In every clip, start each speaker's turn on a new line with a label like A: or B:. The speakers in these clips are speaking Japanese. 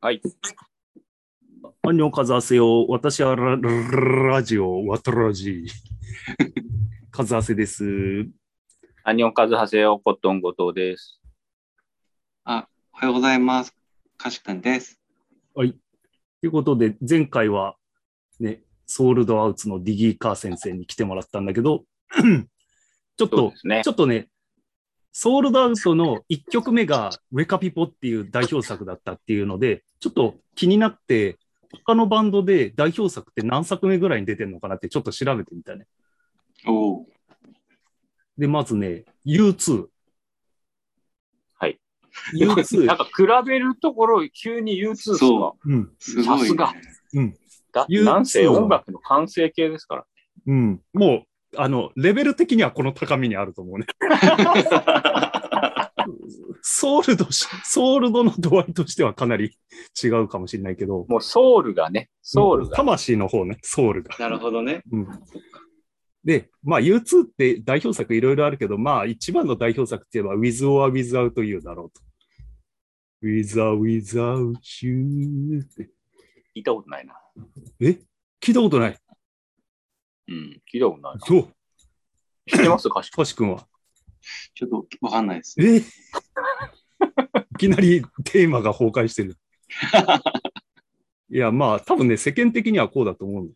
A: はい。
B: アンニョンカズアセよ。私はララジオ、ワトラジー。カズアセです。
A: アンニョンカズハセヨコットン後藤です。
C: おはようございます。かしくんです。
B: ということで、前回は、ね、ソールドアウツのディギー・カー先生に来てもらったんだけど、ちょっ
A: そう
B: と
A: で、すね
B: ち。ょっとね、ソールドアウトの1曲目がウェカピポっていう代表作だったっていうので、ちょっと気になって、他のバンドで代表作って何作目ぐらいに出てるのかなってちょっと調べてみたね。
C: おお。
B: で、まずね、U2。
A: はい。なん
B: U2。
A: か比べるところ、急に U2 ですか
C: そ
B: うん。
C: す
A: さ
C: ごい、ね。
A: すが。
B: うん。
A: だ
B: U2
A: なんせ音楽の完成形ですから。
B: うん。もう、あの、レベル的にはこの高みにあると思 うね。ソールドし、ソールドの度合いとしてはかなり違うかもしれないけど、
A: もうソウルがね、ソウルが。
B: 魂の方ね、ソウルが。
C: なるほどね。
B: うんで、まあ U2 って代表作いろいろあるけど、まあ一番の代表作って言えば With or Without You だろうと。With or Without You って。
A: 聞いたことないな。
B: え聞いたことない。
A: うん、聞いたことないな。
B: どう
A: 知ってますかしこ
B: トシ君は。
C: ちょっとわかんないです。
B: えいきなりテーマが崩壊してる。いや、まあ多分ね、世間的にはこうだと思うの。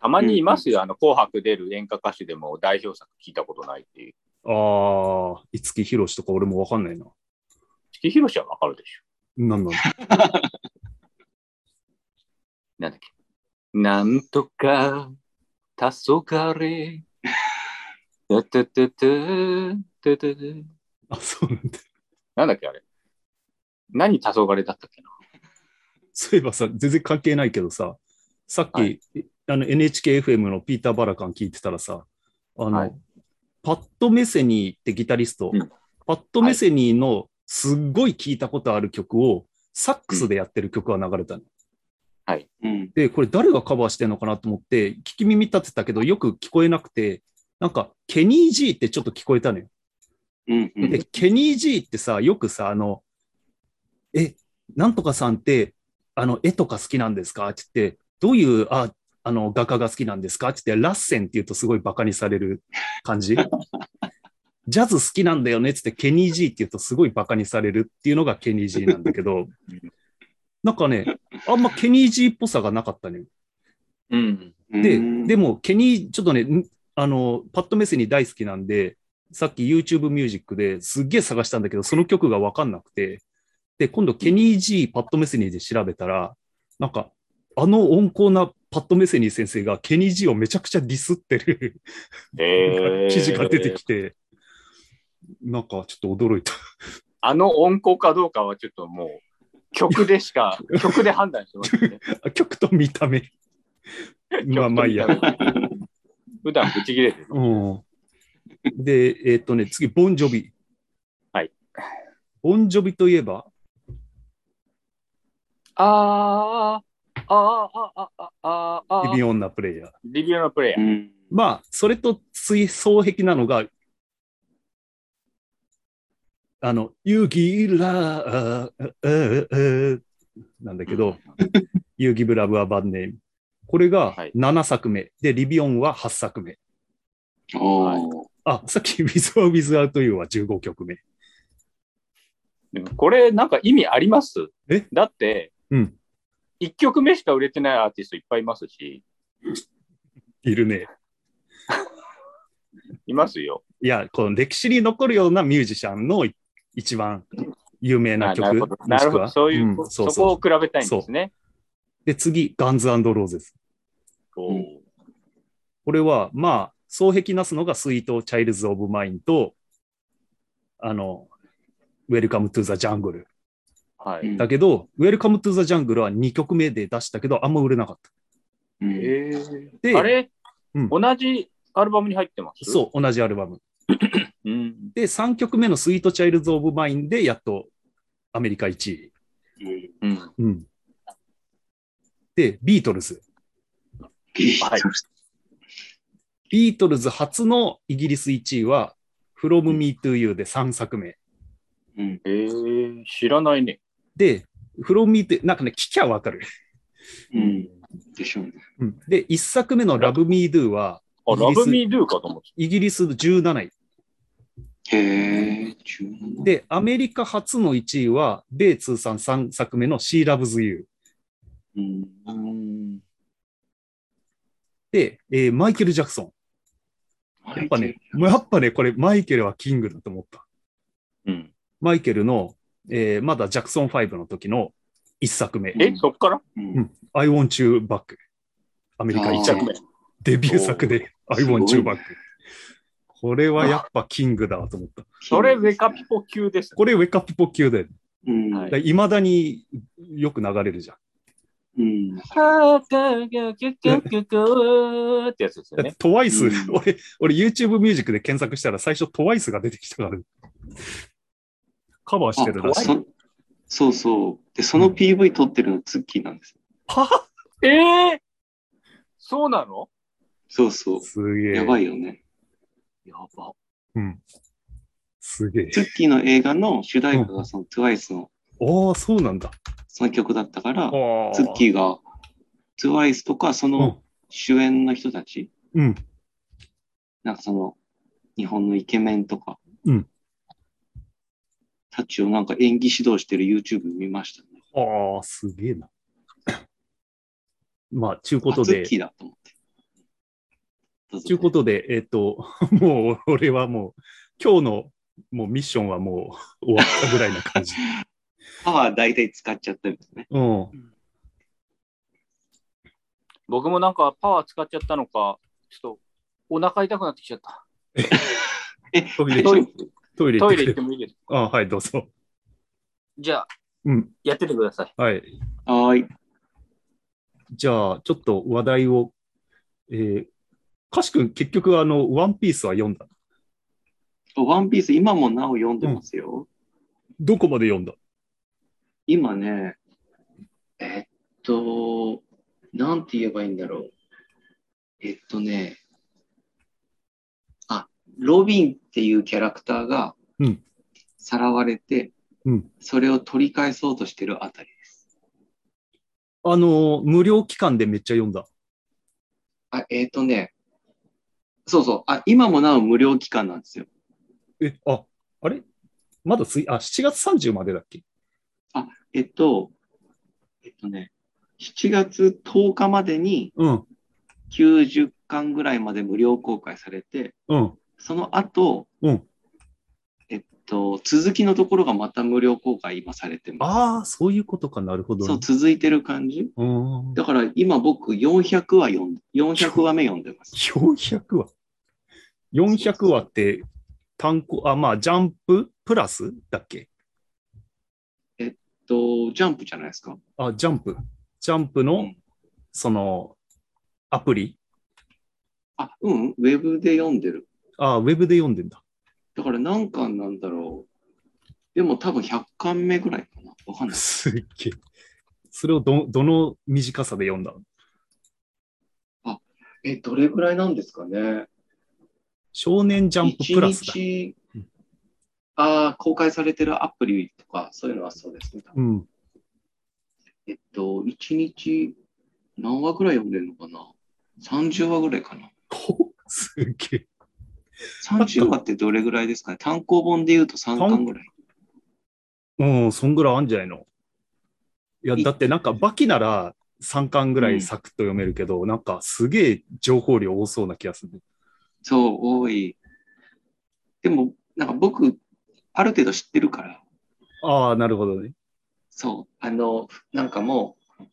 A: たまにいますよ。あの、紅白出る演歌歌手でも代表作聞いたことないっていう。
B: ああ、五木ひろしとか俺もわかんないな。
A: 四季広しはわかるでしょ。
B: なんなん
A: なんだっけ。なんとか、たそがれ。たたたたたたた
B: あ、そうなんだ。
A: なんだっけあれ。何黄昏だったっけな。
B: そういえばさ、全然関係ないけどさ、さっき、
A: は
B: あの NHKFM のピーター・バラカン聞いてたらさ、あの、
A: はい
B: パッド・メセニーってギタリスト、
A: うん
B: パッド・メセニーのすっごい聞いたことある曲を、サックスでやってる曲が流れたの。
C: うん。
B: で、これ誰がカバーしてるのかなと思って、聞き耳立てたけど、よく聞こえなくて、なんか、ケニー・ジーってちょっと聞こえたのよ。
C: うん、う
B: で、
C: ん。
B: ケニー・ジーってさ、よくさ、あの、え、なんとかさんって、あの、絵とか好きなんですかって言って、どういう、あ、あの、画家が好きなんですかって言って、ラッセンって言うとすごいバカにされる感じ。ジャズ好きなんだよねって言って、ケニー・ジーって言うとすごいバカにされるっていうのがケニー・ジーなんだけど、なんかね、あんまケニー・ジーっぽさがなかったね。
A: うん。
B: で、で
C: も、
B: も、ケニー、ちょっとね、んあの、パッドメセニー大好きなんで、さっき YouTube ミュージックですっげえ探したんだけど、その曲がわかんなくて、で、今度、ケニー G パッドメセニーで調べたら、なんか、あの温厚なパッドメセニー先生がケニー G をめちゃくちゃディスってる
A: えー、
B: 記事が出てきて、なんかちょっと驚いた。
A: あの音効かどうかはちょっともう、曲でし か、曲で判断してますね。
B: あ 曲と見た目。 まあまあいいや。
A: 普段ぶち切れ てる。
B: うんで、えーっとね、次、ボンジョビ。
A: はい。
B: ボンジョビといえば、
A: あー、あー、あー、あー、あ
B: エ
A: ー、
B: ビオンなプレイヤー。
A: リビオのプレイヤ
C: う
A: ー。
C: ん。
B: まあ、それと追双壁なのが、あの、ユギラー、なんだけど、ユギブラブはバンネーム。これが
A: はい
B: 7作目。で、リビオンは8作目。
C: おお、
A: はい
B: あ、さっき、ウィズ・ア・ウィズ・アウト・ユーは15曲目。
A: でもこれなんか意味あります
B: え
A: だって、
B: うん
A: 1曲目しか売れてないアーティストいっぱいいますし、
B: いるね。
A: いますよ。
B: いや、この歴史に残るようなミュージシャンの一番有名な
A: あ
B: 曲。
A: なるほど。なるほど。
B: もしくは
A: そういう、
B: ん
A: そ
B: そう
A: こを
B: そ
A: 比べたいんですね。
B: う。で、次、ガンズローゼス。
A: おー
B: これは、まあ、双璧なすのがスイート・チャイルズ・オブ・マインと、あの、ウェルカム・トゥ・ザ・ジャングル。
A: はい。
C: うん
B: だけど、ウェルカム・トゥ・ザ・ジャングルは2曲目で出したけど、あんま売れなかった。
C: うん
A: え
B: で、
A: あれ、
B: うん
A: 同じアルバムに入ってますう。
B: そう、同じアルバム。
A: うん、
B: で、3曲目のスイート・チャイルズ・オブ・マインで、やっとアメリカ1位。
C: うん
A: うん。
B: うん。で、ビートルズ。
A: はい
B: ビートルズ初のイギリス1位は、From Me to You で3作目。
C: うん。
A: えー、知らないね。
B: で、フロミーって、なんかね、聞きゃわかる。
C: うん。でしょうね。
B: うんで、一作目のラブミードゥは、
A: あ、
B: イギ
A: ラ
B: リス
A: ブミードゥかと思って
B: イギリス17位。
C: へえ、17。
B: で、アメリカ初の1位は、米通算3作目の She Loves You。
C: うん。
A: た。うん。
B: で、えーマイケル・ジャクソン。やっぱね、やっぱね、これマイケルはキングだと思った。
D: うん。
B: マイケルの、えーまだジャクソン5の時の1作目、
A: え、そっから
C: うん。
B: I Want You Back。アメリカ
C: あー
A: 一
B: 1
A: 着目。
B: デビュー作で I
C: すごい
B: Want
C: ね
B: You Back。これはやっぱキングだわと思った。
A: それ、ウェカピポ級です。
B: これウェイクアップポ級で、
C: うん。
D: はい
B: いまだによく流れるじゃん。
C: うん。
D: ってやつですよね。
B: トワイス、
C: うん
B: 俺、俺 YouTube ミュージックで検索したら最初トワイスが出てきたから、カバーしてるら
C: あ
B: しい。
C: そそうそう。で、その PV 撮ってるのツッキーなんです。
B: は
A: ええそうなの
C: そうそ
B: すげ
C: う。
B: え。
C: やばいよね。
D: やば。
B: うん。すげえ。
C: ツッキーの映画の主題歌がその TWICE の
B: ああ、そうなんだ。
C: その曲だったから、ツッ
B: 月
C: キーが TWICE とかその主演の人たち、
B: うん。
C: なんかその日本のイケメンとか、
B: うん
C: たちをなんか演技指導してる YouTube 見ましたね。
B: ああ、すげえな。まあ、ちゅう
C: あ
B: こと
C: ツ
B: で
C: ッ、キーだと思って。どうぞ
B: ちゅうことで、えっ、と、 もう俺はもう、今日のもうミッションはもう終わったぐらいな感じ。
C: パワー大体使っちゃってるんですね。
B: うん。
D: 僕もなんかパワー使っちゃったのか、ちょっとお腹痛くなってきちゃった。
B: トイレ、
D: トイレ
B: トイレ行
D: ト
B: って
D: イレ行
B: くれ
D: ってもいいですか。
B: あはい、どうぞ。
D: じゃあ、
B: うん。
D: やっててください。
B: はい。
C: はーい。
B: じゃあ、ちょっと話題を、えー、かしくん、結局、あの、ワンピースは読んだ。
C: ワンピース今もなお読んでますよ。
B: どこまで読んだ
C: 今ね、えっと、なんて言えばいいんだろう。えっとね、あ、ロビンっていうキャラクターが
B: うん、
C: さらわれて、
B: うん
C: それを取り返そうとしてるあたりです。
B: あの、無料期間でめっちゃ読んだ。
C: あ、えっとね、そうそう、あ、今もなお無料期間なんですよ。
B: え、あ、あれまだつい、あ、7月30までだっけ
C: えっと、えっとね、7月10日までに
B: うん、
C: 90巻ぐらいまで無料公開されて、
B: うん。
C: その後、
B: うん
C: えっと、続きのところがまた無料公開今されてま
B: ああ、そういうことか、なるほ
C: す。
B: ど、
C: そう、
B: ね。
C: 続いてる感じ。
B: うーん。
C: だから今僕400話読んで、400話目読んで ます。
B: 400話。400話って、単行、あ、まあ、ジャンププラスだっけ
C: えっと、ジャンプじゃないですか。
B: あ、ジャンプ。ジャンプ
C: う
B: の
C: ん、
B: その、アプリ
C: あ、うん、ウェブで読んでる。
B: あ、ウェブで読んでんだ。
C: だから何巻なんだろう。でも多分100巻目ぐらいかな。わかんない。
B: すっげえ。それをど、どの短さで読んだの
C: え、どれぐらいなんですかね。
B: 少年ジャンププラスだ
C: 1。日
B: うん、
C: ああ、公開されてるアプリとか、そういうのはそうですね。
B: うん。
C: えっと、一日何話ぐらい読んでるのかな ?30 話ぐらいかな。
B: ほ すっげえ。
C: 30話ってどれぐらいですかね単行本で言うと3巻ぐらい。
B: うん、そんぐらいあんじゃないの。いや、
C: い
B: だってなんか、バキなら3巻ぐらいサクッと読めるけど、なんか、すげえ情報量多そうな気がする。
C: そう、多い。でも、なんか僕、ある程度知ってるから、
B: ああ、なるほどね。
C: そう、あの、なんかもう、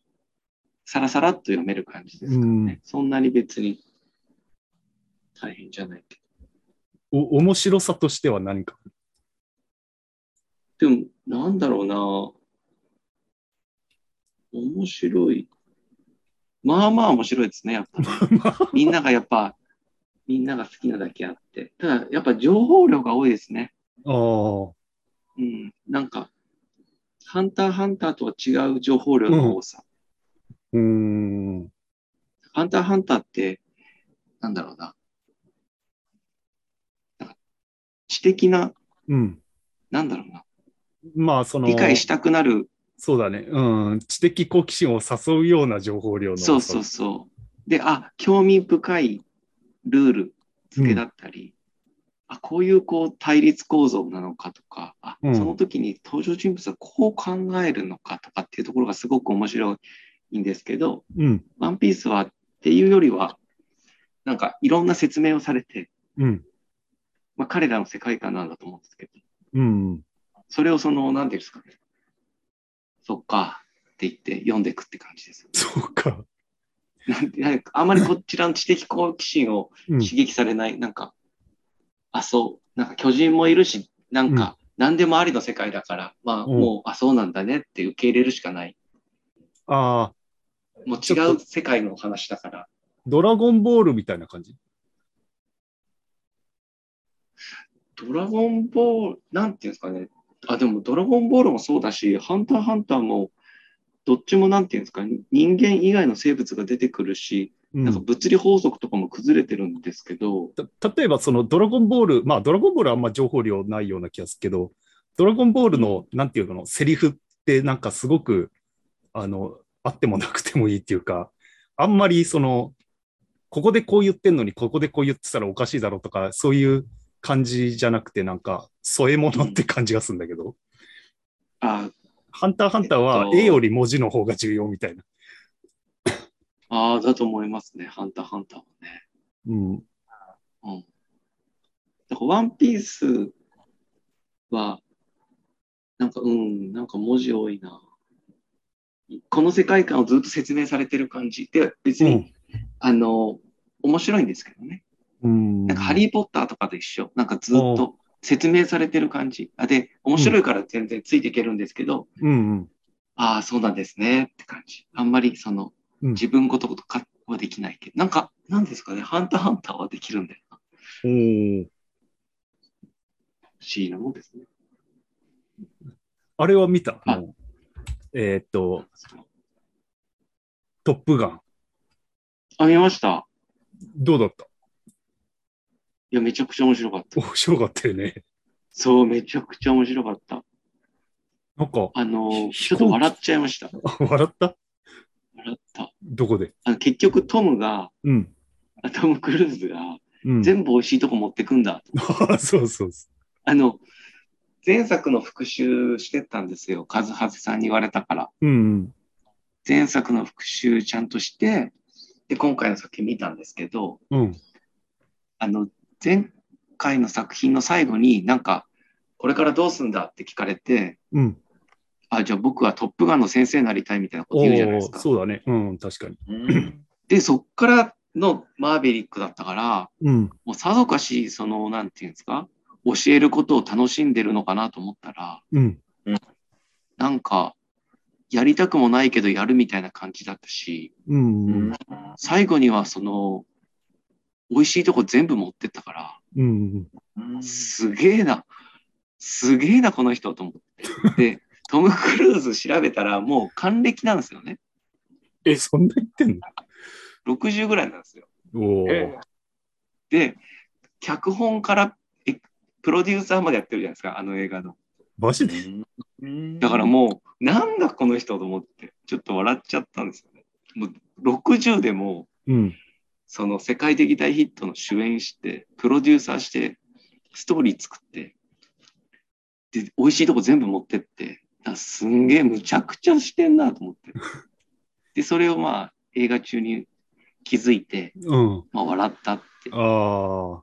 C: さらさらっと読める感じですからね。
B: う
C: そんなに別に大変じゃないけ
B: お、面白さとしては何か。
C: ど。でも、なんだろうな面白い。まあまあ面白いですね、やっぱり。
B: ま あ
C: みんながやっぱ、みんなが好きなだけあって。ただ、やっぱ情報量が多いですね。
B: ああ、
C: うん。なんか、ハンターハンターとは違う情報量の多さ。
B: うーん。
C: ハンターハンターって、なんだろうな。なんか知的な、
B: うん。
C: なんだろうな。
B: まあ、その、
C: 理解したくなる
B: そうだね。うん。知的好奇心を誘うような情報量の。
C: そうそうそう。で、あ、興味深いルール付けだったり、あ、こういうこう対立構造なのかとか、あ、
B: うん
C: その時に登場人物はこう考えるのかとかっていうところがすごく面白いんですけど、
B: うん。
C: ワンピースはっていうよりは、なんかいろんな説明をされて、
B: うん。
C: まあ、彼らの世界観なんだと思うんですけど、
B: うん。
C: それをその、なんていうんですかね、そっかって言って読んでいくって感じです。
B: そうか。
C: なんてなんか あんまりこちらの知的好奇心を
B: うん。
C: 刺激されない、なんか、あ、そう、なんか巨人もいるし、なんか、何でもありの世界だから、まあ、
B: うん
C: もう、あ、そうなんだねって受け入れるしかない。
B: ああ、
C: もう
B: ちょ
C: 違
B: っ
C: う世界の話だから。
B: ドラゴンボールみたいな感じ。
C: ドラゴンボール、なんていうんですかね。あ、でも、ドラゴンボールもそうだし、ハンターハンターも、どっちもなんていうんですか、人間以外の生物が出てくるし、
B: う
C: なんか
B: ん。
C: 物理法則とかも崩れてるんですけど、
B: た例えば、そのドラゴンボール、まあ、ドラゴンボールはあんま情報量ないような気がするけど、ドラゴンボールの、なんていうの、セリフってなんかすごく、あの、あってもなくてもいいっていうか、あんまりその、ここでこう言ってんのに、ここでこう言ってたらおかしいだろうとか、そういう感じじゃなくて、なんか、添え物って感じがするんだけど。
C: あ
B: ハンターハンターは
C: えっと
B: 絵より文字の方が重要みたいな。
C: あー、だと思いますね、ハンターハンターはね。
B: うん。
C: うん。だから、ワンピースは、なんか、うん、なんか文字多いな。この世界観をずっと説明されてる感じで、別に、あの、面白いんですけどね。
B: うん。
C: なんか、ハリー・ポッターとかと一緒。なんか、ずっと説明されてる感じ。あで、面白いから全然ついていけるんですけど、
B: うんうん。
C: ああ、そうなんですねって感じ。あんまり、そ
B: う
C: の、
B: ん
C: 自分ごととかはできないけど、なんか、なんですかね、ハンターハンターはできるんだよな。
B: おー
C: 不思議なもんですね。
B: あれは見た。
C: あ
B: もうえーっと、
C: その
B: トップガン。
C: あ、見ました。
B: どうだった
C: いや、めちゃくちゃ面白かった。
B: 面白かったよね。
C: そう、めちゃくちゃ面白かった。
B: なんか、
C: あのー、
B: ひ
C: ちょっと笑っちゃいました。
B: あ笑った
C: 笑った。
B: どこで
C: あの結局、トムが、
B: うん。
C: あトム・クルーズが、
B: うん。
C: 全部美味しいとこ持ってくんだ。
B: 部。 そうそうそ
C: あの、前作の復習してたんですよ。カズハゼさんに言われたから。
B: う。うん
C: 前作の復習ちゃんとして、で、今回の作品見たんですけど、
B: うん。うん。
C: あの、前回の作品の最後になんか、これからどうすんだって聞かれて、
B: うん。
C: あ、じゃあ僕はトップガンの先生になりたいみたいなこと
B: お
C: 言うじゃないです
B: ー
C: か。
B: そうだね。うん、確かに。
C: で、そっからのマーベリックだったから、
B: うん。
C: もうさぞかし、その、なんていうんですか、教えることを楽しんでるのかなと思ったら、
B: うん。
C: なんか、やりたくもないけどやるみたいな感じだったし、
B: うん。うん。
C: 最後にはその、美味しいとこ全部持ってったから、
B: うん。
C: すげえな、すげえな、この人と思って。で、トム・クルーズ調べたら、もう還暦なんですよね。
B: え、そんな言ってん
C: 60ぐらいなんですよ。
B: のおお。
A: え
C: で、脚本からえプロデューサーまでやってるじゃないですか、あの映画の。
B: マジで
C: だから
A: も
C: もう、なんだこの人と思って、ちょっと笑っちゃったんですよね。もう60でも、
B: うん。
C: その世界的大ヒットの主演して、プロデューサーして、ストーリー作って、で、美味しいとこ全部持ってって、だからすんげえむちゃくちゃしてんなと思って。で、それをまあ、映画中に気づいて、
B: うん。
C: まあ、笑ったって。あ
B: ああ。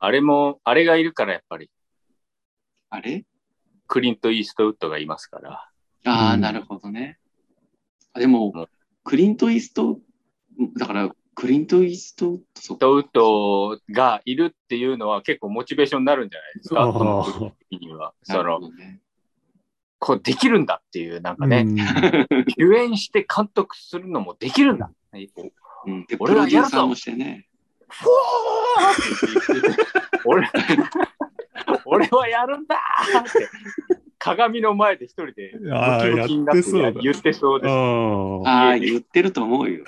D: あれも、あれがいるからやっぱり、
C: れ
D: クリント・イーストウッドがいますから。
C: ああ、
B: うん
C: なるほどね。あでも、
D: うん
C: クリント・イースト、だから、クリント・イースト、そ
D: イーストウッドがいるっていうのは結構モチベーションになるんじゃないですか、
B: あー
D: トム・クルーズ的には。そ
C: なるほ
D: の、
C: どね、
D: こうできるんだっていう、なんかね、 主演して監督するのもできるんだ。はい
C: うん、で、プ
D: 俺
C: ロ
D: は
C: デュ
D: や
C: ー
D: るぞ
C: サーもしてね。
D: ふわーって言って俺俺はやるんだーって鏡の前で一人で
B: うん。あ
D: ム
B: あ、
D: キ
B: や
D: ム
B: っ
D: キになってて
B: そうだ。
D: 言ってそうです。
B: ああ。
C: ああ、
D: 家で
C: 言ってると思うよ。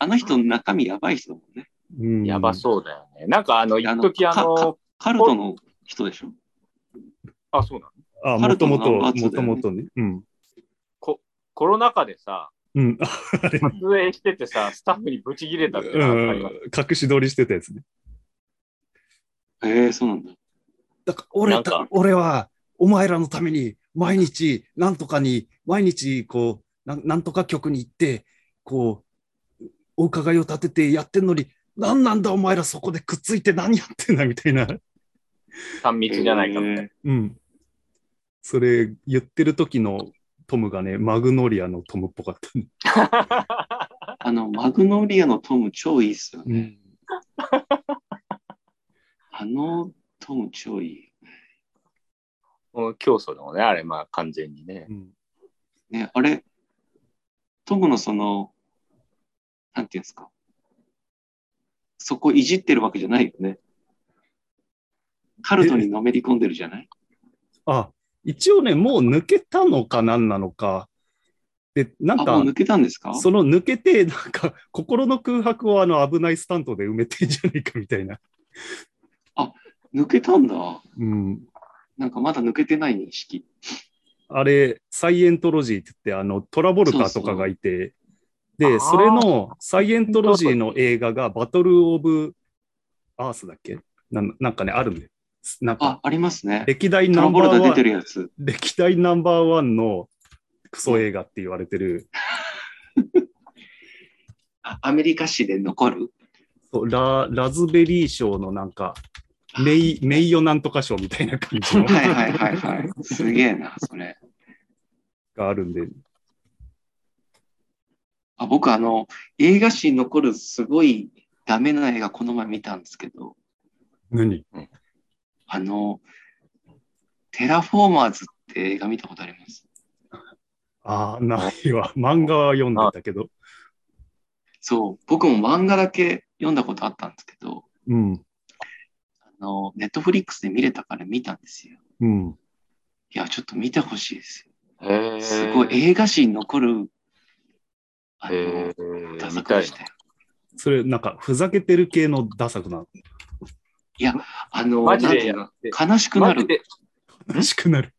C: あの人の中身やばい人だもんね。
B: うん
D: やばそうだよね。なんかあの、一
C: あの
D: 時あ
C: か
D: の、
C: カルトの人でしょ
D: あ、そうなの
B: あ、
C: ハ
B: も
C: ル
B: と
C: ト
B: も
C: の
B: と、
C: ナンバ
B: も
C: ーツーだ
B: と
C: よね
B: もとね。うん。
A: コロナ禍でさ、
B: うん。ああれ、
A: 撮影しててさ、スタッフにブチ切れたっていうのがあり
B: う
A: ます
B: ん。隠し撮りしてたやつね。
C: ええそうなんだ。
B: だから俺
A: なんか
B: た俺は、お前らのために、毎日、なんとかに、毎日、こう、なんなんとか局に行って、こう、お伺いを立ててやってんのに、なんなんだ、お前らそこでくっついて何やってんだ、みたいな。
A: 3密じゃないかみたいな。
C: え
B: うん。それ、言ってる時のトムがね、マグノリアのトムっぽかった、ね。
C: えあの、マグノリアのトム超いいっすよね。あのトム超いい。
A: うん競争 だもんね、あれ、まあ完全にね。
B: うん
C: ね、あれ、トムのその、なんていうんですか。そこいじってるわけじゃないよね。カルトにのめり込んでるじゃない
B: あ、一応ね、もう抜けたのかなんなのか。で、な
C: あ、
B: んか
C: もう、抜けたんですか
B: その抜けて、なんか、 心の空白をあの危ないスタントで埋めてんじゃないかみたいな。
C: 抜けたんだ。
B: うん。
C: なんかまだ抜けてない認識。
B: あれ、サイエントロジーって言って、あの、トラボルタとかがいて、で、
A: あー
B: それのサイエントロジーの映画がバトル・オブ・アースだっけなんなんかね、あるんで、なん
C: あ
B: か、、
C: ありますね。
B: 歴代
C: ト
B: ナ
C: ラ
B: ン
C: ボ
B: バー
C: ル
B: ワ
C: タ出て
B: ン、
C: るやつ。
B: 歴代ナンバーワンのクソ映画って言われてる、
C: あアメリカ史で残る
B: そうララズベリー賞のなんか、名誉名誉なんとか賞みたいな感じの
C: はいはいはいはい。すげえな、それ。
B: があるんで、
C: あ僕、あの、映画史に残るすごいダメな映画、この前見たんですけど、
B: 何
C: あの、テラフォーマーズって映画見たことあります
B: ああ、ないわ。漫画は読んでたけど。
C: そう、僕も漫画だけ読んだことあったんですけど、
B: うん、
C: あの、ネットフリックスで見れたから見たんですよ。
B: うん。
C: いや、ちょっと見てほしいです
A: へ
C: よ。
A: え。
C: すごい、映画史に残る、あ
A: へえ
C: の、。ダ
A: 見
C: 作
A: た
C: で
A: い
C: したよ。
B: それ、なんか、ふざけてる系のダサくな
C: あの、
A: マジ
C: なんて
A: で
C: い
A: や
C: うの
A: って。
C: 悲しく
A: マ
C: な
A: ジ
C: る。
A: で
B: 悲しくなる。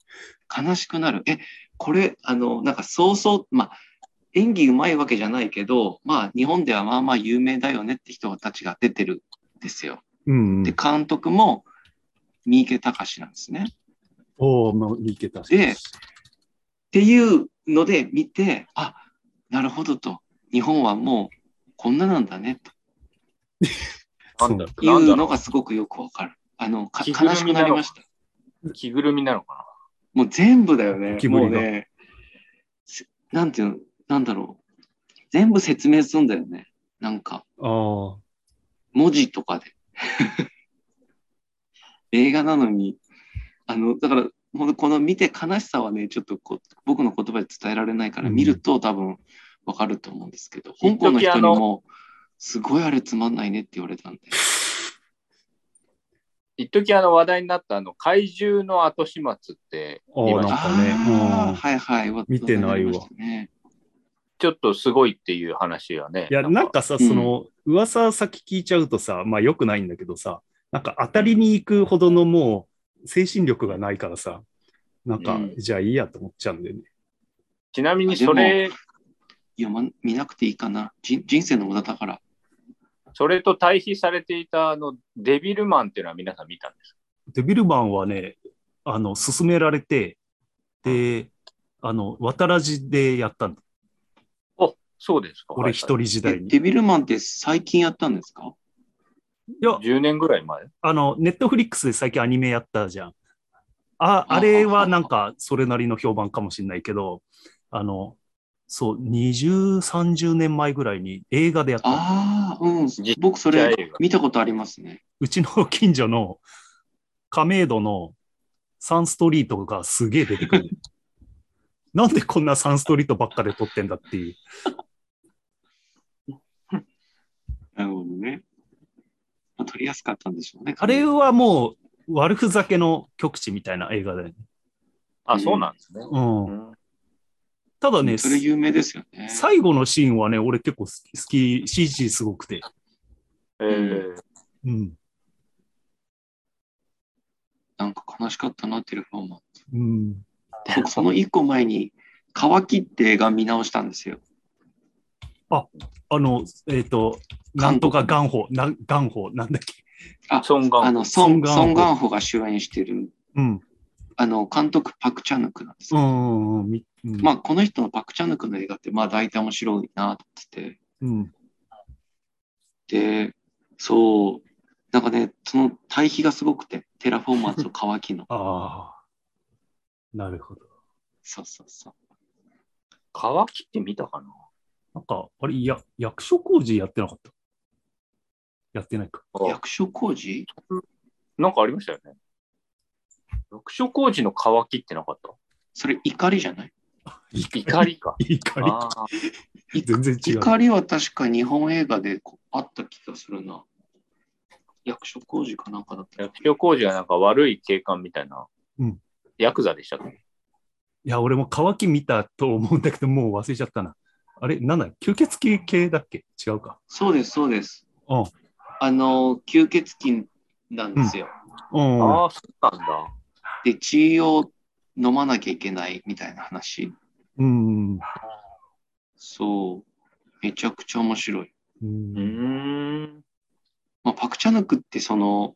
C: 悲しくなる。え、これ、あの、なんか、そうそう、まあ、演技うまいわけじゃないけど、まあ、日本ではまあまあ有名だよねって人たちが出てるんですよ。
B: うん、う
C: で、
B: ん。
C: 監督も、三池隆なんですね。っ
B: おお、もういけた。
C: でていうので見て、あ、なるほどと。日本はもう、こんななんだね、
B: そ
A: なん
B: う
A: だ
C: とい
A: なん
C: う
A: だ
C: のがすごくよくわかる。あの、か
A: 着ぐるみ
C: 悲しくなりました。
A: 着ぐるみなのか
C: もう全部だよね
B: ゴ。キブ
C: もう
B: リが
C: ね、せなんていうの、なんだろう。全部説明するんだよね。なんか。
B: ああ、
C: 文字とかで。 映画なのに、あの、だから、ほんとこの見て悲しさはね、ちょっとこう僕の言葉で伝えられないから、
B: うん
C: 見ると多分わかると思うんですけど、香港の人にも、すごいあれつまんないねって言われたんで。
A: 一時あの話題になったあの怪獣の後始末って
B: あ
A: 今
B: なんかね
C: あー
B: うん
C: はいはい。わ
B: 見てないわ
C: かりましたね
A: ちょっとすごいっていう話はね。
B: いや、なんかさ、
C: うん
B: その、噂先聞いちゃうとさ、まあ、良くないんだけどさ、なんか、当たりに行くほどのもう、精神力がないからさ、なんか、
A: うん
B: じゃあいいやと思っちゃうんだよね。
A: ちなみにそれ、
C: いや、ま、見なくていいかな。人人生の無駄だから。
A: それと対比されていたあのデビルマンっていうのは皆さん見たんですか
B: デビルマンはね、あの、勧められて、で、あの、渡らじでやったんだ。
A: お、そうですか。
B: 俺一人時
C: で
B: 代に。
C: デビルマンって最近やったんですか
B: いや
A: はいはい。10年ぐらい前。
B: あの、ネットフリックスで最近アニメやったじゃん。あ、あれはなんか、それなりの評判かもしれないけど、あの、そう、20、30年前ぐらいに映画でやった。
C: ああ、うん
A: 実写映。画
C: 僕それ見たことありますね。
B: うちの近所の亀戸のサンストリートがすげえ出てく る。なんでこんなサンストリートばっかで撮ってんだっていう。
C: なるほどね。まあ、取りやすかったんでしょうね。
B: あれはもう悪ふざけの極致みたいな映画だよね。
A: あ、そうなんですね。
B: う。
A: うんん
B: ただ
C: は
B: ね、
C: それ有名ですよね。
B: 最後のシーンはね、俺結構好き、好き CG すごくて。
A: えー
B: うん。
C: なんか悲しかったな、テレフォーマン。
B: うん。
C: 僕その一個前に、乾きって映画見直したんですよ。
B: あの、えっ、と、なんとか元宝、な元宝、なんだっけ。
A: ソンガ
C: あ
A: ン。
C: の、ソン・
B: ソンガンホ
C: ソンガンホが主演してる、
B: うん。
C: あの、監督パク・チャヌクなんです
B: う
C: よ
B: んうんうんみ。うん
C: まあ、この人のパク・チャヌクの映画って、まあ、大体面白いなと思って
B: うん。。
C: て。で、そう、なんかね、その対比がすごくて、テラフォーマーズと乾きの
B: ああ。なるほど。
C: そうそうそう。
A: 乾きって見たかな
B: なんか、あれ、や役所工事やってなかった。やってないか。
A: あ
C: 役所工事
A: なんかありましたよね。読書工事の乾きってなかった
C: それ怒りじゃない
A: 怒りか。
B: 怒り。
A: ああ、
B: 全然違う。
C: 怒りは確か日本映画でこうあった気がするな。役所工事かなんかだった。
A: 役所工事がなんか悪い警官みたいな。
B: うん
A: ヤクザでしたっけ
B: いや、俺も乾き見たと思うんだけど、もう忘れちゃったな。あれ、なんだ、吸血鬼系だっけ違うか。
C: そうです、そうです。
B: うん
C: あの、吸血鬼なんですよ。
B: うん。
A: ああ、そうなんだ。
C: で、血を飲まなきゃいけないみたいな話。
B: うん。
C: そう。めちゃくちゃ面白い。
A: う
B: う
A: ー
B: ん。
A: ん。
C: まあ、パクチャヌクってその、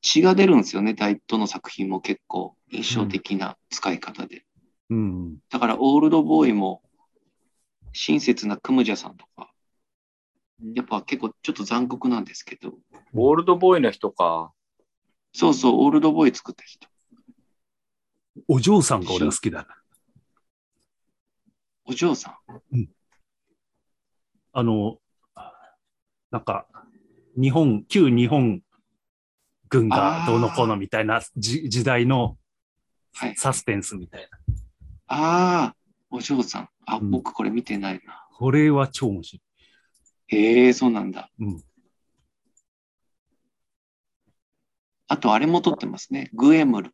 C: 血が出るんですよね。大どの作品も結構印象的な使い方で。
B: うん。
C: だから、オールドボーイも、親切なクムジャさんとか、やっぱ結構ちょっと残酷なんですけど、
A: オールドボーイの人か。
C: そうそう、オールドボーイ作った人。
B: お嬢さんが俺は好きだな。
C: お嬢さん。
B: あの、なんか、日本、旧日本軍がどうのこうのみたいなじ時代の
C: はい。
B: サスペンスみたいな。
C: ああ、お嬢さん。あ、
B: うん
C: 僕これ見てないな。
B: これは超面白
C: へえ、そうなんだ。
B: い。うん。
C: あと、あれも撮ってますね。グエムル。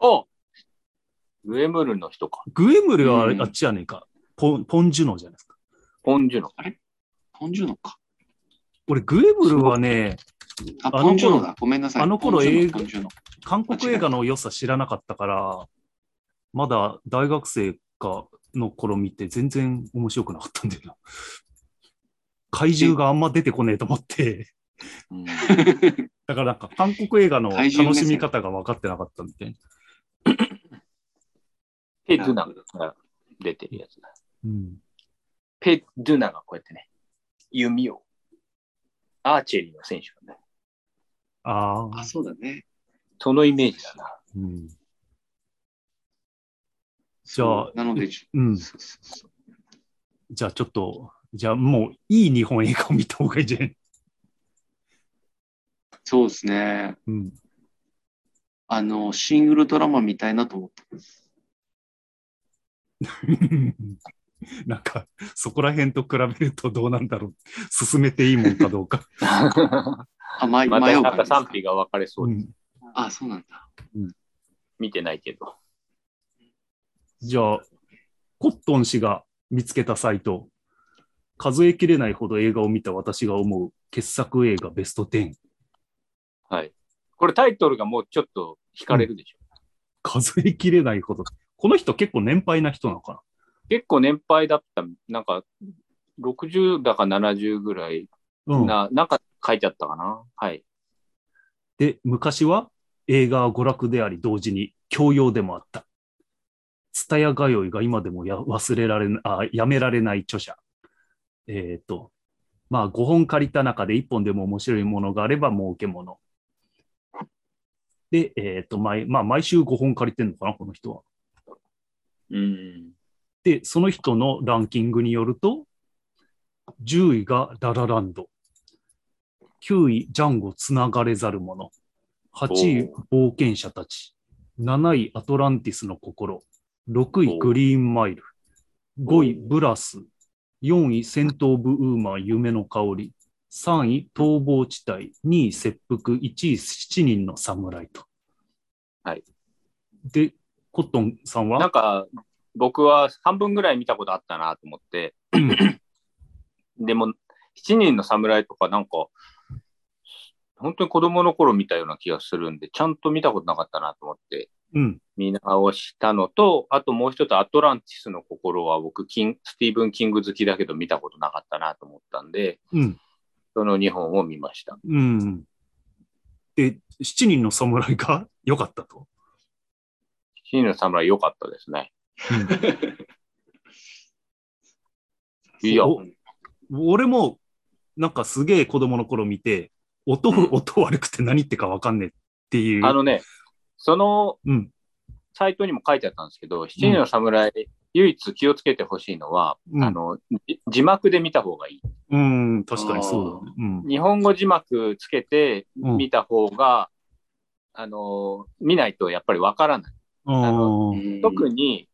A: あグエムルンの人か。
B: グエムルはあれ
C: うん
B: あっちやねえか。ポンポンジュノじゃないですか。
A: ポンジュの。
C: ポンジュノか。
B: 俺、グエムルはね、
C: あ、
B: あの頃
C: ポンジュノだ。ごめんなさい。
B: あの頃
C: ポンジュノ
B: 映画
C: ポンジュノ
B: 韓国映画の良さ知らなかったから、まだ大学生かの頃見て全然面白くなかったんだよな。怪獣があんま出てこねえと思って、
A: うん、
B: だからなんか韓国映画の
C: 怪獣
B: 楽
C: 目線
B: しみ方が分かってなかったみたいな。
A: ペ・ドゥナが出てるやつだ。
B: うん、
A: ペ・ドゥナがこうやってね、弓を、アーチェリーの選手がね、
B: ああ
C: あ、、そうだね。
A: そのイメージだな。
B: うん。じ
C: じ
B: ゃあ
C: なので、ちょ
B: うん。
C: そうそうそう
B: じゃあちょっと、じゃあもういい日本映画を見た方がいいんじゃない
C: そうですね。
B: うん。
C: あの、シン・ウルトラマンみたいなと思って。
B: なんか、そこら辺と比べるとどうなんだろう。進めていいもんかどうか。
C: あ、ま、迷う
A: またなん
C: 感じで
A: か
C: すか
A: 賛否が分かれそううです。
B: ん
C: あ、そうなんだ。
A: 見てないけど。
B: じゃあ、コットン氏が見つけたサイト、数えきれないほど映画を見た私が思う傑作映画ベスト10。
A: はい。これタイトルがもうちょっと惹かれるでしょ。
B: 数えきれないほど。この人結構年配な人なのか
A: 結構年配だった、なんか、60だか70ぐらい
B: な、うん、
A: な、なんか書いてあったかな。はい。
B: で、昔は映画は娯楽であり同時に教養でもあった。ツタヤ通いが今でもや忘れられなあ、やめられない著者。えっ、と、まあ5本借りた中で1本でも面白いものがあれば儲けもの。で、えっ、と、毎、まあ毎週5本借りてんのかな、この人は。
A: うん。
B: で、その人のランキングによると、10位がララランド、9位ジャンゴつながれざる者、8位冒険者たち、7位アトランティスの心、6
A: お
B: 位
A: う
B: グリーンマイル、5位ブラス、4位戦闘部ウーマン夢の香り、3位逃亡地帯、2位切腹、1位7人の侍と。
A: はい。
B: で、コットンさんは
A: なんか、僕は半分ぐらい見たことあったなと思って、 でも、7人の侍とかなんか、本当に子供の頃見たような気がするんで、ちゃんと見たことなかったなと思って、
B: うん。
A: 見直したのと、あともう一つアトランティスの心は僕キン、スティーブン・キング好きだけど見たことなかったなと思ったんで、
B: うん。
A: その2本を見ました。
B: うん。で、七人の侍が 良かったと。
A: シーの侍良かったですね。いや、
B: お俺も、なんかすげえ子供の頃見て、音、
A: うん
B: 音悪くて何言ってかわかんねえっていう。
A: あのね、その
B: うん、
A: サイトにも書いてあったんですけど、七人の侍、唯一気をつけてほしいのは、
B: うん
A: あの、じ字幕で見た方がいい。
B: うん、確かにそうだね。うん。
A: 日本語字幕つけて
B: うん
A: 見た方が、あの、見ないとやっぱりわからない。
B: あ
A: の
B: ー
A: 特に、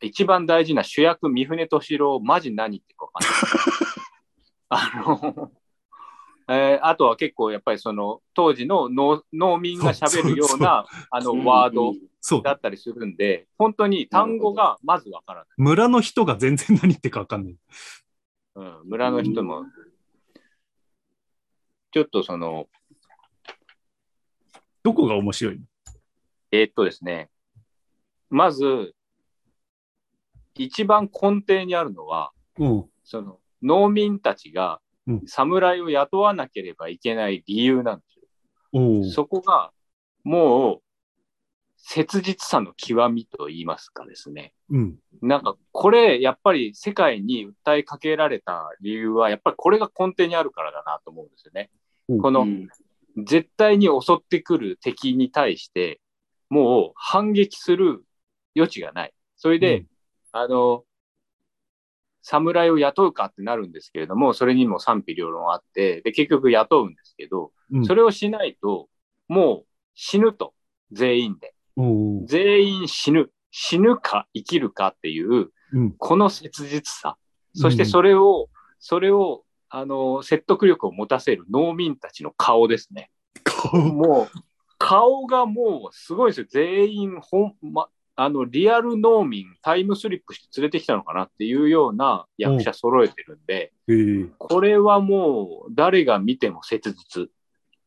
A: 一番大事な主役、三船敏郎、マジ何言ってるか わかんない。あの、えーあとは結構やっぱりその当時の農農民が喋るようなあのワード
B: そう。
A: だったりするんで、本当に単語がまずわからない。
B: 村の人が全然何言ってかわかんない。
A: うん、村の人も、ちょっとその、
B: どこが面白いの
A: えーっとですね、まず、一番根底にあるのは、
B: うん。
A: その農民たちが
B: うん
A: 侍を雇わなければいけない理由なんですよ。
B: おう
A: そこがもう切実さの極みと言いますかですね。
B: うん。
A: なんかこれやっぱり世界に訴えかけられた理由はやっぱりこれが根底にあるからだなと思うんですよね。
B: うん
A: この絶対に襲ってくる敵に対してもう反撃する余地がない。それで、
B: うん
A: あの、侍を雇うかってなるんですけれども、それにも賛否両論あって、で、結局雇うんですけど、
B: うん
A: それをしないと、もう死ぬと、全員で。
B: おう
A: 全員死ぬ。死ぬか生きるかっていう、
B: うん。
A: この切実さ。そして
B: うん
A: それを、それを、あの、説得力を持たせる農民たちの顔ですね。
B: 顔
A: もう、顔がもうすごいですよ。全員ほん、ま、あの、リアル農民、タイムスリップして連れてきたのかなっていうような役者揃えてるんで、
B: えー
A: これはもう、誰が見ても切実。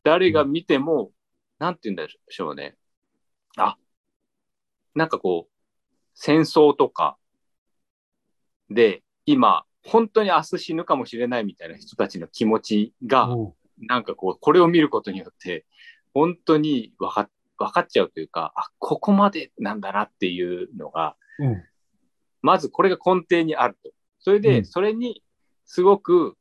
A: 誰が見ても、なんて言うんでしょうね。あ、なんかこう、戦争とかで、今、本当に明日死ぬかもしれないみたいな人たちの気持ちが、
B: おう
A: なんかこう、これを見ることによって、本当に分かっ分かっちゃうというか、あ、ここまでなんだなっていうのが、
B: うん
A: まずこれが根底にあると。それ
B: うん
A: で、それに、すごく、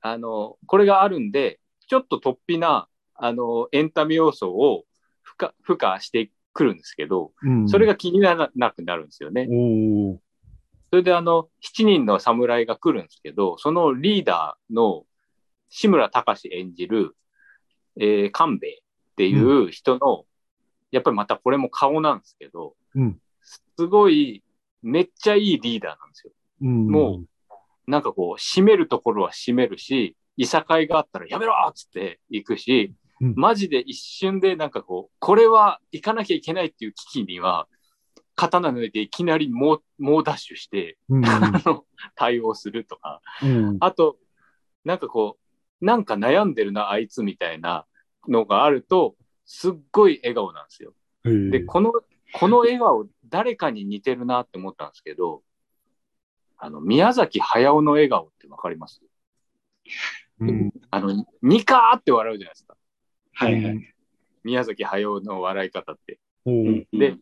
A: あの、これがあるんで、ちょっと突飛な、あの、エンタメ要素を付加付加してくるんですけど、
B: うん。
A: それが気にならなくなるんですよね。
B: おう
A: それであの、7人の侍が来るんですけど、そのリーダーの志村隆演じる、えー、官兵衛っていう人の、やっぱりまたこれも顔なんですけど、
B: うん
A: すごい、めっちゃいいリーダーなんですよ。
B: うん。
A: もなんかこう、締めるところは締めるし、いさかいがあったらやめろっつって行くし、
B: うん
A: マジで一瞬でなんかこう、これは行かなきゃいけないっていう危機には、刀抜いていきなり猛猛ダッシュして、
B: うん。
A: あの、 対応するとか、
B: うん。
A: あと、なんかこう、なんか悩んでるな、あいつみたいなのがあると、すっごい笑顔なんですよ。
B: え ー
A: で、この、この笑顔、誰かに似てるなって思ったんですけど、あの、宮崎駿の笑顔ってわかります
B: うん
A: あの、ニカーって笑うじゃないですか。
C: はいはい。
A: 宮崎駿の笑い方って。
B: おう
A: で、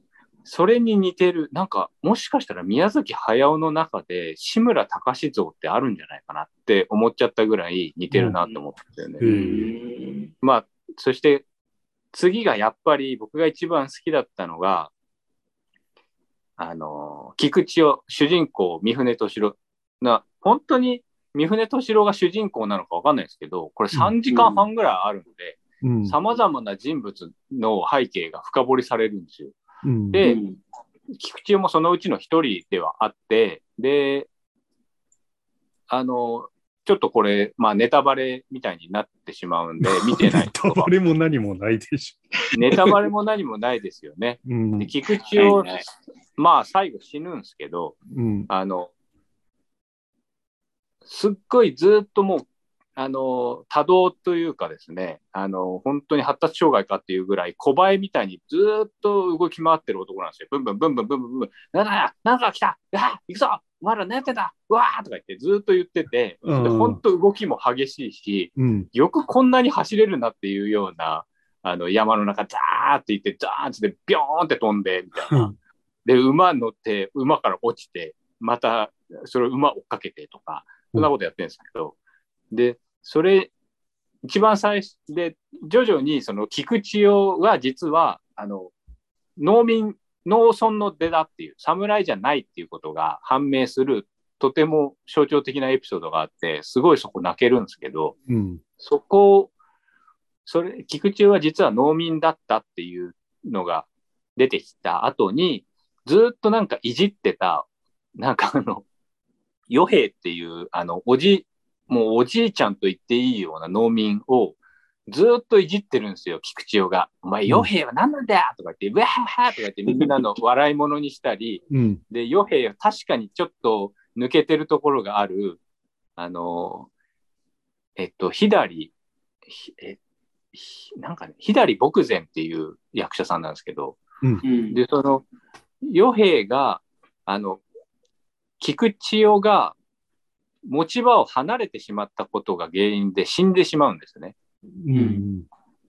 A: それに似てる、なんか、もしかしたら宮崎駿の中で志村隆像ってあるんじゃないかなって思っちゃったぐらい似てるなって思ったんだよね。
B: うんうん
A: まあ、そして、次がやっぱり僕が一番好きだったのが、あの、菊池を、主人公、三船敏郎。な、本当に三船敏郎が主人公なのかわかんないですけど、これ3時間半ぐらいあるので、
B: うん。
A: 様々な人物の背景が深掘りされるんですよ。
B: うん
A: で菊池もそのうちの一人ではあって、で、あの、ちょっとこれ、まあネタバレみたいになってしまうんで、見てない
B: ネ
A: 人
B: タ
A: は
B: バレも何もないでし
A: ネタバレも何も ないですよね。
B: ょ。うん。う
A: で菊池を、
C: はいはい
A: まあ最後死ぬんですけど、
B: ん。
A: あの、すっごいずっともう、あの、多動というかですね、あの、本当に発達障害かっていうぐらい、小映えみたいにずーっと動き回ってる男なんですよ。ブンブンブンブンブンブンブン、なんだなんか来たうわ行くぞお前ら何やってんだうわーとか言ってずーっと言ってて、
B: う
A: で
B: ん
A: 本当動きも激しいし、
B: うん。
A: よくこんなに走れるなっていうような、あの、山の中、ザーって行って、ザーってビョーンって飛んで、みたいな。
B: うん
A: で、馬乗って、馬から落ちて、また、それを馬追っかけてとか、そ
B: うん
A: んなことやってるんですけど、で、それ、一番最初で、徐々に、その、菊池雄は実は、あの、農民、農村の出だっていう、侍じゃないっていうことが判明する、とても象徴的なエピソードがあって、すごいそこ泣けるんですけど、
B: うん。
A: そこを、それ、菊池は実は農民だったっていうのが出てきた後に、ずっとなんかいじってた、なんかあの、与兵衛っていう、あの、おじ、もうおじいちゃんと言っていいような農民を、ずっといじってるんですよ、菊池雄が。お前、
B: うん
A: 与兵衛は何なんだよとか言って、うわははとか言って、みんなの笑い物にしたり、
B: うん。
A: で、与兵衛、確かにちょっと抜けてるところがある、あの、えっと、左、ひえ、ひなんかね、左牧前っていう役者さんなんですけど、
C: うん
A: で、その、与兵衛が、あの、菊千代が持ち場を離れてしまったことが原因で死んでしまうんですね。
B: うん。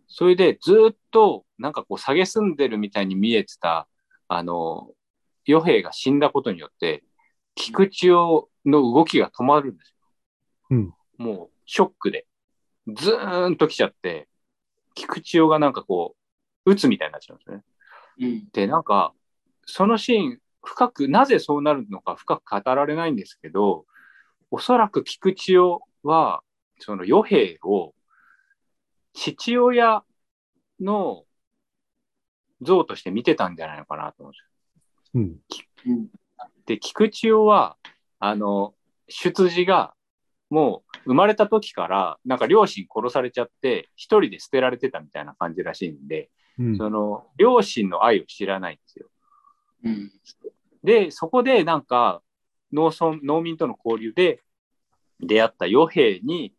A: それでずっとなんかこう下げすんでるみたいに見えてた、あの、与兵衛が死んだことによって、菊池雄の動きが止まるんですよ。
B: うん
A: もうショックで。ずーんと来ちゃって、菊池雄がなんかこう、鬱みたいになっちゃうんですね。
C: うん
A: で、なんか、そのシーン、深く、なぜそうなるのか深く語られないんですけど、おそらく菊池雄は、その与兵衛を、父親の像として見てたんじゃないのかなと思うんですよ
B: うん。
C: うん
A: で、菊池雄は、あの、出自が、もう生まれた時から、なんか両親殺されちゃって、一人で捨てられてたみたいな感じらしいんで、
B: うん。
A: その、両親の愛を知らないんですよ。
C: うん
A: で、そこでなんか、農村、農民との交流で出会った与兵衛に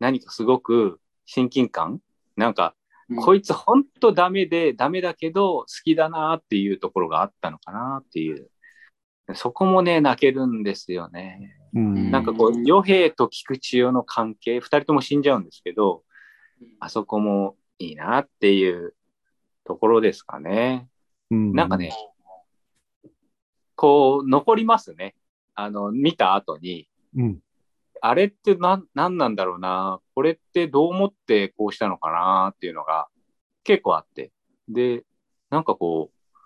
A: 何かすごく親近感なんか、
C: うん
A: こいつほんとダメで、ダメだけど好きだなっていうところがあったのかなっていう。そこもね、泣けるんですよね。
B: うん
A: なんかこう、
C: うん
A: 与兵衛と菊千代の関係、二人とも死んじゃうんですけど、あそこもいいなっていうところですかね。なんかね、、こう、残りますね。あの、見た後に、
B: うん。
A: あれってなん、なんなんだろうな、これってどう思ってこうしたのかなっていうのが結構あって。で、なんかこう、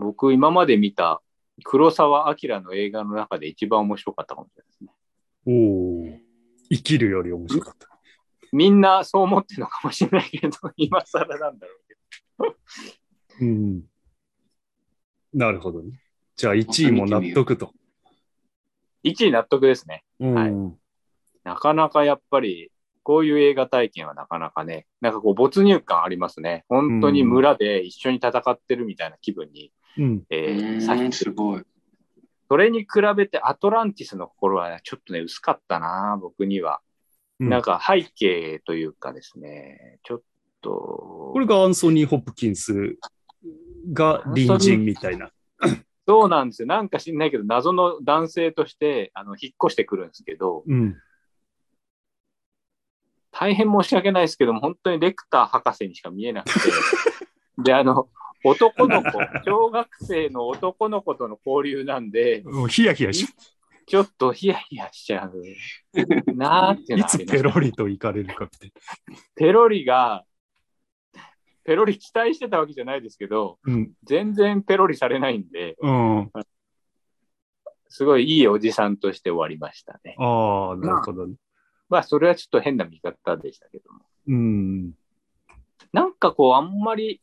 A: 僕今まで見た黒澤明の映画の中で一番面白かったかもしれないですね。
B: おおー生きるより面白かった。
A: みんなそう思ってるのかもしれないけど、今更なんだろうけど。
B: うん。なるほどね。じゃあ1位も納得と。
A: 1位納得ですね。
B: うん。
A: はいなかなかやっぱり、こういう映画体験はなかなかね、なんかこう没入感ありますね。本当に村で一緒に戦ってるみたいな気分に、
B: うん。
A: え
C: う
A: ー
C: ん
A: させて
C: すごい。
A: それに比べてアトランティスの心はちょっとね、薄かったな、僕には。
B: うん
A: なんか背景というかですね、ちょっと、
B: これがアンソニー・ホプキンスが隣人みたいな。
A: そうなんですよ。なんか知んないけど、謎の男性として、あの、引っ越してくるんですけど、
B: うん。
A: 大変申し訳ないですけども、本当にレクター博士にしか見えなく て、で、あの、男の子、小学生の男の子との交流なんで、
E: もうヒヤヒヤし、
A: ちょっとヒヤヒヤしちゃうなーっていう
E: い
A: のはあ
E: つ
A: ります
E: ペロリと行かれるかって。
A: ペロリが、ペロリ期待してたわけじゃないですけど、
E: うん。
A: 全然ペロリされないんで、
E: うん。
A: すごいいいおじさんとして終わりましたね。
E: ああ、なるほどね。
A: まあ、それはちょっと変な見方でしたけども。
B: うん。
A: なんかこう、あんまり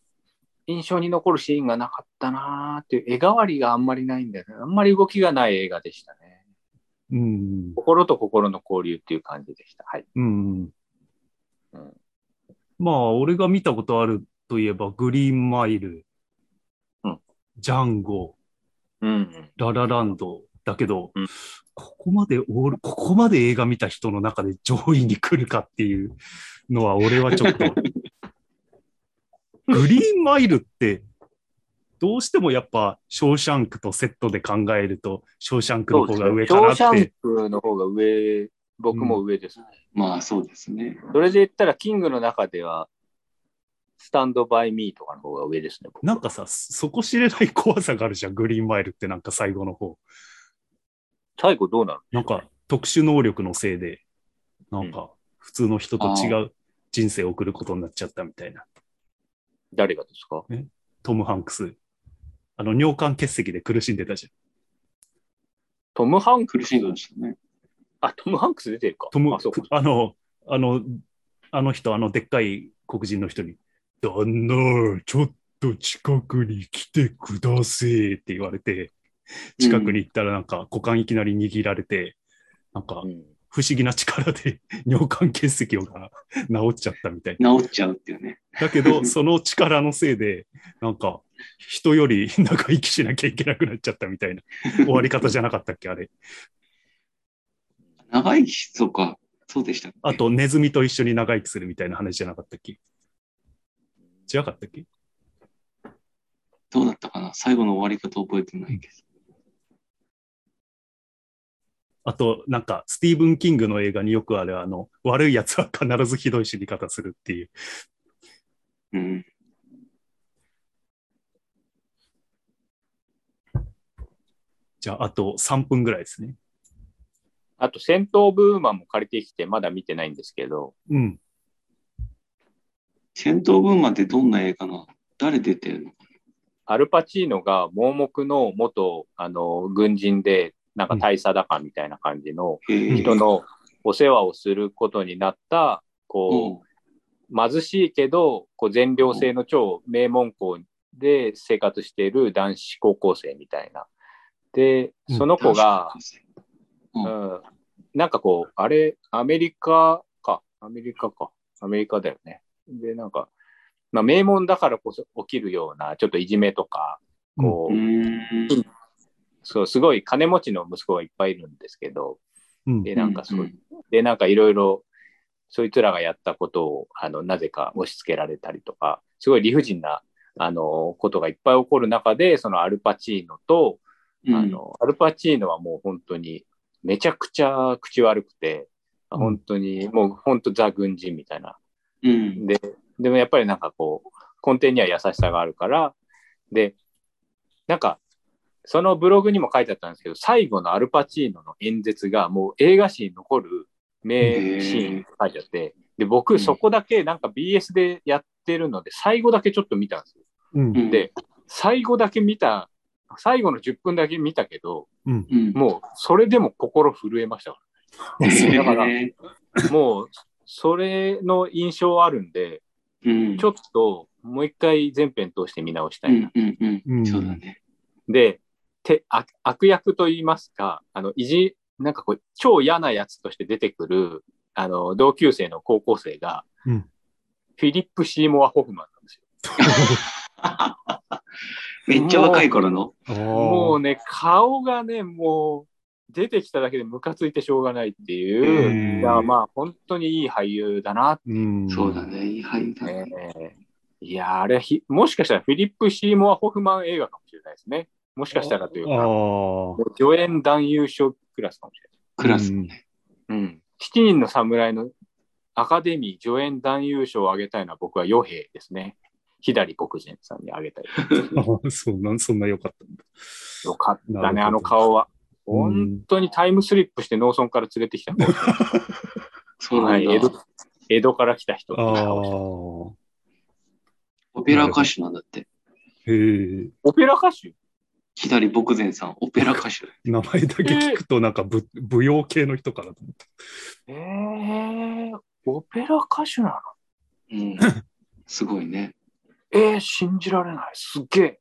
A: 印象に残るシーンがなかったなーっていう、絵代わりがあんまりないんだよね。あんまり動きがない映画でしたね。
B: うん。
A: 心と心の交流っていう感じでした。はい。
B: うん。まあ、俺が見たことあるといえば、グリーンマイル、
A: うん
B: ジャンゴ、
A: うん。
B: ララランドだけど、
A: うん
B: ここまでオール、ここまで映画見た人の中で上位に来るかっていうのは、俺はち ょっと。グリーンマイルって、どうしてもやっぱ、ショーシャンクとセットで考えると、ショーシャンクの方が上かなっ
A: ショーシャン
B: て。
A: クの方が上、僕も上です。
C: まあそうですね。
A: それで言ったら、キングの中では、スタンドバイミーとかの方が上ですね。僕
B: なんかさ、そこ知れない怖さがあるじゃん、グリーンマイルってなんか最後の方。
A: 最後どうなる
B: なんか特殊能力のせいで、なんか普通の人と違う人生を送ることになっちゃったみたいな。
A: 誰がですか
B: トム・ハンクス。あの、尿管結石で苦しんでたじゃん。
A: トム・ハンク
C: 苦しんでましたね。
A: あ、トム・ハンクス出てるか。
B: トム、
A: あ、そうか。
B: あの、あの、あの人、あのでっかい黒人の人に、旦那、ちょっと近くに来てくだせえって言われて、近くに行ったらなんか股間いきなり握られて、なんか
A: うん
B: 不思議な力で尿管結石が 治っちゃったみたいな。
C: 治っちゃうっていうね。
B: だけど、その力のせいで、なんか、人より 長生きしなきゃいけなくなっちゃったみたいな、終わり方じゃなかったっけ、あれ。
C: 長生きしそうか。そうでしたっけ。
B: あと、ネズミと一緒に長生きするみたいな話じゃなかったっけ。違かったっけ
C: どうだったかな最後の終わり方覚えてないけど。
B: あと、なんか、スティーブン・キングの映画によくある、あの、悪いやつは必ずひどい死に方するっていう。
C: うん。
B: じゃあ、あと3分ぐらいですね。
A: あと、戦闘ブーマンも借りてきて、まだ見てないんですけど、
B: うん。
C: 戦闘群馬ってどんな映画なの誰出てるの
A: アルパチーノが盲目の元あの軍人で、なんか大佐だかみたいな感じの
C: へえ
A: 人のお世話をすることになった、こ
C: う
A: う、貧しいけど、こう全寮制の超名門校で生活している男子高校生みたいな。で、
B: うん
A: その子が、
C: う
A: うんん、なんかこう、あれ、アメリカか、アメリカか、アメリカだよね。で、なんか、まあ、名門だからこそ起きるような、ちょっといじめとか、こう、
C: うーん。
A: そう、すごい金持ちの息子がいっぱいいるんですけど、
B: うん。
A: で、なんかそう、
C: うんうん
A: で、なんかいろいろ、そいつらがやったことを、あの、なぜか押し付けられたりとか、すごい理不尽な、あの、ことがいっぱい起こる中で、そのアルパチーノと、
C: うん
A: あの、アルパチーノはもう本当に、めちゃくちゃ口悪くて、
B: ん
A: 本当に、もう本当ザ軍人みたいな。
C: うん。
A: で、でもやっぱりなんかこう、根底には優しさがあるから、で、なんか、そのブログにも書いてあったんですけど、最後のアルパチーノの演説がもう映画史に残る名シーンって書いてあって、で、
C: うん
A: 僕そこだけなんか BS でやってるので、最後だけちょっと見たんですよ。
B: うん。
C: うん
A: で、最後だけ見た、最後の10分だけ見たけど、
C: うん。
A: もうそれでも心震えましたか
C: へえ
A: だからら。もう、それの印象あるんで、
C: うん。
A: ちょっともう一回全編通して見直した
C: う
A: いな。
C: んうんうん。
B: うん
C: そうだね。
A: でて悪、悪役と言いますか、あの、いじ、なんかこう、超嫌なやつとして出てくる、あの、同級生の高校生が、
B: うん
A: フィリップ・シーモア・ホフマンなんですよ。
C: めっちゃ若い頃の。
A: も
B: も
A: うね、顔がね、もう、出てきただけでムカついてしょうがないっていう、いや、まあ、本当にいい俳優だなっ
B: うん、
C: そうだ。ね。いい俳優だね。
A: ねいやー、あれはひ、もしかしたらフィリップ・シーモア・ホフマン映画かもしれないですね。もしかしたらという
B: ああ
A: か、。もう助演男優賞クラスかもしれ
C: クラス。
A: ない。うん。7人の侍のアカデミー助演男優賞をあげたいのは僕は与兵ですね。左黒人さんにあげたい。
B: あ そうなん、そんな良かったんだ。
A: よかっ
B: な
A: た
B: るほ
A: ね、
B: ど
A: あの顔は。
B: う
A: 本
B: ん
A: 当にタイムスリップして農村から連れてきた子。
C: そうな
A: はい、江
C: んだ
A: 戸。江戸から来た人っていう
B: あ
A: 顔して
B: あ。
C: オペラ歌手なんだって。
B: へえ。
A: オペラ歌手
C: 左牧前さん、オペラ歌手。
B: 名前だけ聞くと、なんかぶ、 舞踊系の人かなと思った。
A: えー、オペラ歌手なの
C: うん。すごいね。
A: えー、信じられない。すっげえ。